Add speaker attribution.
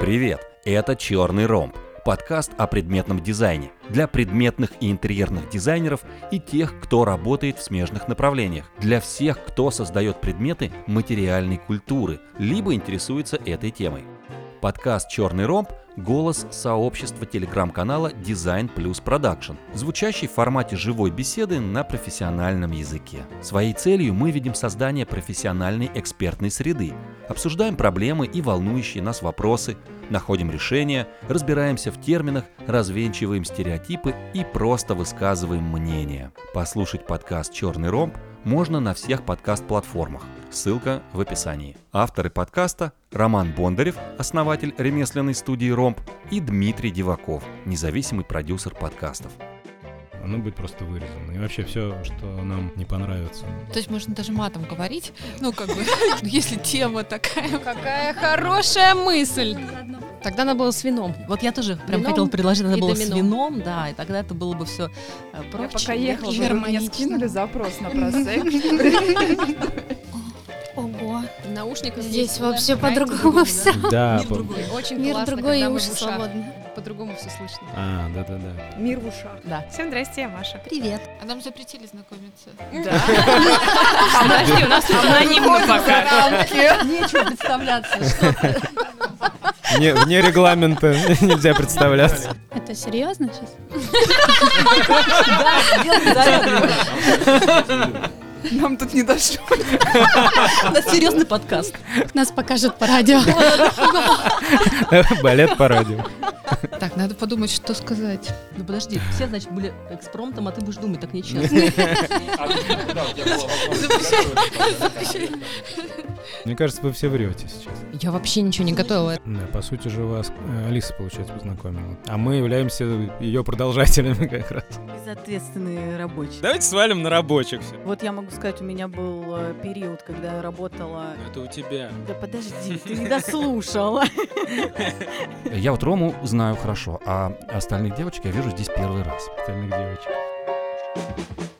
Speaker 1: Привет! Это «Черный ромб» – подкаст о предметном дизайне для предметных и интерьерных дизайнеров и тех, кто работает в смежных направлениях, для всех, кто создает предметы материальной культуры, либо интересуется этой темой. Подкаст «Черный ромб» – голос сообщества телеграм-канала «Дизайн плюс продакшн», звучащий в формате живой беседы на профессиональном языке. Своей целью мы видим создание профессиональной экспертной среды, обсуждаем проблемы и волнующие нас вопросы, находим решения, разбираемся в терминах, развенчиваем стереотипы и просто высказываем мнение. Послушать подкаст «Черный ромб» можно на всех подкаст-платформах. Ссылка в описании. Авторы подкаста – Роман Бондарев, основатель ремесленной студии «Ромб», и Дмитрий Диваков, независимый продюсер подкастов.
Speaker 2: Оно будет просто вырезано. И вообще все, что нам не понравится.
Speaker 3: То есть можно даже матом говорить, ну как бы, если тема такая.
Speaker 4: Какая хорошая мысль!
Speaker 5: Тогда она была с вином. Вот я тоже прям
Speaker 4: Вином
Speaker 5: хотела предложить, она
Speaker 4: и
Speaker 5: была с
Speaker 4: домино.
Speaker 5: вином, да, и тогда это было бы все
Speaker 6: Я
Speaker 5: проще.
Speaker 6: пока ехала, вы
Speaker 5: легче.
Speaker 6: мне
Speaker 3: гармонично.
Speaker 6: скинули запрос на просек.
Speaker 7: Ого,
Speaker 4: Наушник
Speaker 7: Здесь вообще по-другому всё.
Speaker 2: Да,
Speaker 3: Мир
Speaker 2: по-
Speaker 3: другой.
Speaker 4: Очень
Speaker 7: мир
Speaker 4: классно,
Speaker 7: другой и
Speaker 4: когда мы
Speaker 7: уши
Speaker 4: в ушах.
Speaker 7: свободны.
Speaker 4: По-другому все слышно.
Speaker 2: А, да-да-да.
Speaker 6: Мир в ушах.
Speaker 5: Да.
Speaker 8: Всем здрасте, я Маша.
Speaker 7: Привет.
Speaker 3: А нам запретили знакомиться.
Speaker 8: Подожди, у нас тут анонимно пока.
Speaker 5: Нечего представляться. что-
Speaker 2: Не, вне регламента нельзя представляться.
Speaker 7: Это серьезно сейчас?
Speaker 5: Да, сделай зарядку.
Speaker 6: Нам тут не дошло.
Speaker 5: У нас серьезный подкаст.
Speaker 7: Нас покажут по радио.
Speaker 2: Балет по радио.
Speaker 3: Так, надо подумать, что сказать.
Speaker 5: Ну подожди, все, значит, были экспромтом, а ты будешь думать, так нечестно.
Speaker 2: Мне кажется, вы все врете сейчас.
Speaker 4: Я вообще ничего не готова.
Speaker 2: Да, по сути же вас э, Алиса, получается, познакомила. А мы являемся ее продолжателями как раз.
Speaker 9: Безответственные рабочие.
Speaker 2: Давайте свалим на рабочих все.
Speaker 9: Вот я могу сказать, у меня был э, период, когда я работала...
Speaker 2: Это у тебя.
Speaker 9: Да подожди, ты не дослушала.
Speaker 1: Я вот Рому знаю хорошо, а остальных девочек я вижу здесь первый раз.
Speaker 2: Остальных девочек.